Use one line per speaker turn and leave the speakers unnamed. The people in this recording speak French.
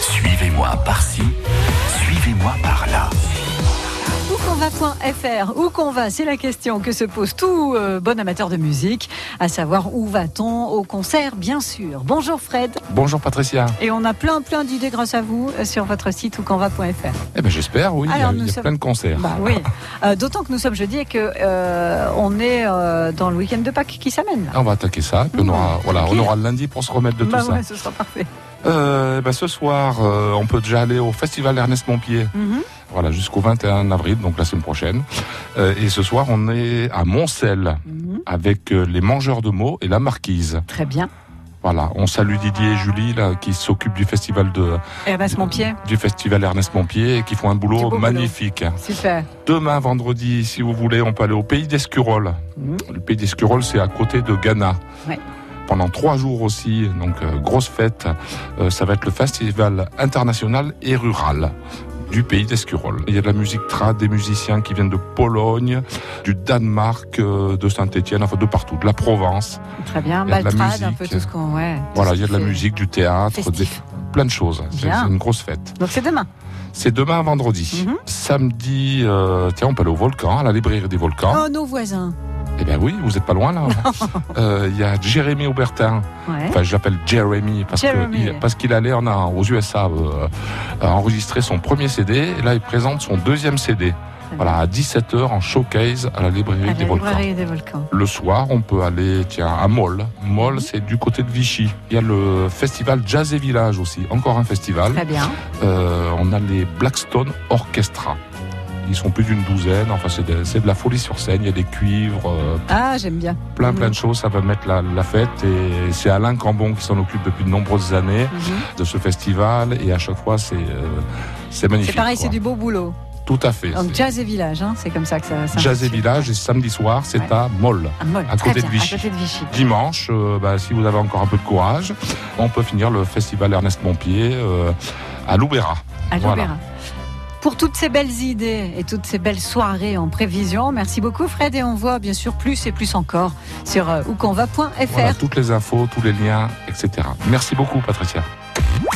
Suivez-moi par-ci, suivez-moi par-là.
Où qu'on va.fr, où qu'on va, c'est la question que se pose tout euh, bon amateur de musique, à savoir où va-t-on au concert, bien sûr. Bonjour Fred,
Bonjour Patricia.
et on a plein plein d'idées grâce à vous euh, sur votre site ouquonva.fr.
Eh ben j'espère, oui, il y a-
Alors,
il y a,
nous sommes-
plein de concerts.
Bah oui, Euh, d'autant que nous sommes jeudi et que euh, on est euh, dans le week-end de Pâques qui s'amène là.
Ah, On va attaquer ça, puis on
Mmh,
aura, voilà, on
tranquille.
aura le lundi pour se remettre de tout
bah
ça.
ouais, ce sera parfait.
Euh, eh ben, ce soir, euh, on peut déjà aller au festival Ernest Montpied,
Mhm.
voilà, jusqu'au 21 avril, donc la semaine prochaine. Euh, et ce soir, on est à Moncel
Mhm.
avec euh, les Mangeurs de mots et la Marquise.
Très bien.
Voilà, on salue Didier et Julie là, qui s'occupent du festival de
Et à mon pied,
du festival Ernest Montpied et qui font un
Du beau
boulot
boulot.
magnifique.
super.
Demain vendredi, si vous voulez, on peut aller au pays d'Escurolles.
Mhm.
Le pays d'Escurolles, c'est à côté de Ghana.
Ouais.
Pendant trois jours aussi, donc euh, grosse fête. Euh, ça va être le festival international et rural du pays d'Escurolles. Il y a de la musique trad, des musiciens qui viennent de Pologne, du Danemark, euh, de Saint-Étienne, enfin de partout, de la Provence.
Très bien,
Il y a de la
Baltrade, un
musique.
peu tout ce qu'on. Ouais, tout
Voilà,
ce
il y a de
qui
la
fait
musique, du théâtre, des-
festif.
plein de choses. C'est
Bien.
c'est une grosse fête.
Donc c'est demain.
C'est demain vendredi.
Mhm.
Samedi, euh, tiens, on peut aller au volcan, à la librairie des volcans.
Oh, nos voisins.
Eh bien oui, vous êtes pas loin là. Euh, Il y a Jérémy Aubertin.
Ouais.
Enfin, je l'appelle Jeremy parce que
Jeremy.
il- parce qu'il allait en, en- aux USA euh, euh, enregistrer son premier CD. Et là, il présente son deuxième CD. Voilà, à 17h en showcase à la librairie
À la
des volcans.
librairie des volcans.
Le soir, on peut aller tiens, à Moll. Moll,
Mhm.
c'est du côté de Vichy. Il y a le festival Jazz et Village aussi. Encore un festival.
Très bien.
Euh, on a les Blackstone Orchestra. Ils sont plus d'une douzaine. Enfin, c'est de, c'est de la folie sur scène. Il y a des cuivres, euh,
Ah, j'aime bien.
plein, plein
Mhm.
de choses. Ça va mettre la, la fête. Et c'est Alain Cambon qui s'en occupe depuis de nombreuses années
Mhm.
de ce festival. Et à chaque fois, c'est euh, c'est
C'est
magnifique.
pareil, c'est
quoi.
du beau boulot.
Tout à fait.
Donc
C'est
jazz et village, hein, c'est comme ça que ça. ça
Jazz et
s'intitule.
Village. Et samedi soir, c'est
Ouais.
à Moll.
Ah, molle.
à
Très
côté de
bien,
Vichy.
À côté de Vichy.
Dimanche, euh, bah, si vous avez encore un peu de courage, on peut finir le festival Ernest Montpied euh, à Loubéra.
À
Voilà.
Loubera. Pour toutes ces belles idées et toutes ces belles soirées en prévision, merci beaucoup Fred et on voit bien sûr plus et plus encore sur euh, ouconva.fr.
Voilà toutes les infos, tous les liens, etc. Merci beaucoup, Patricia.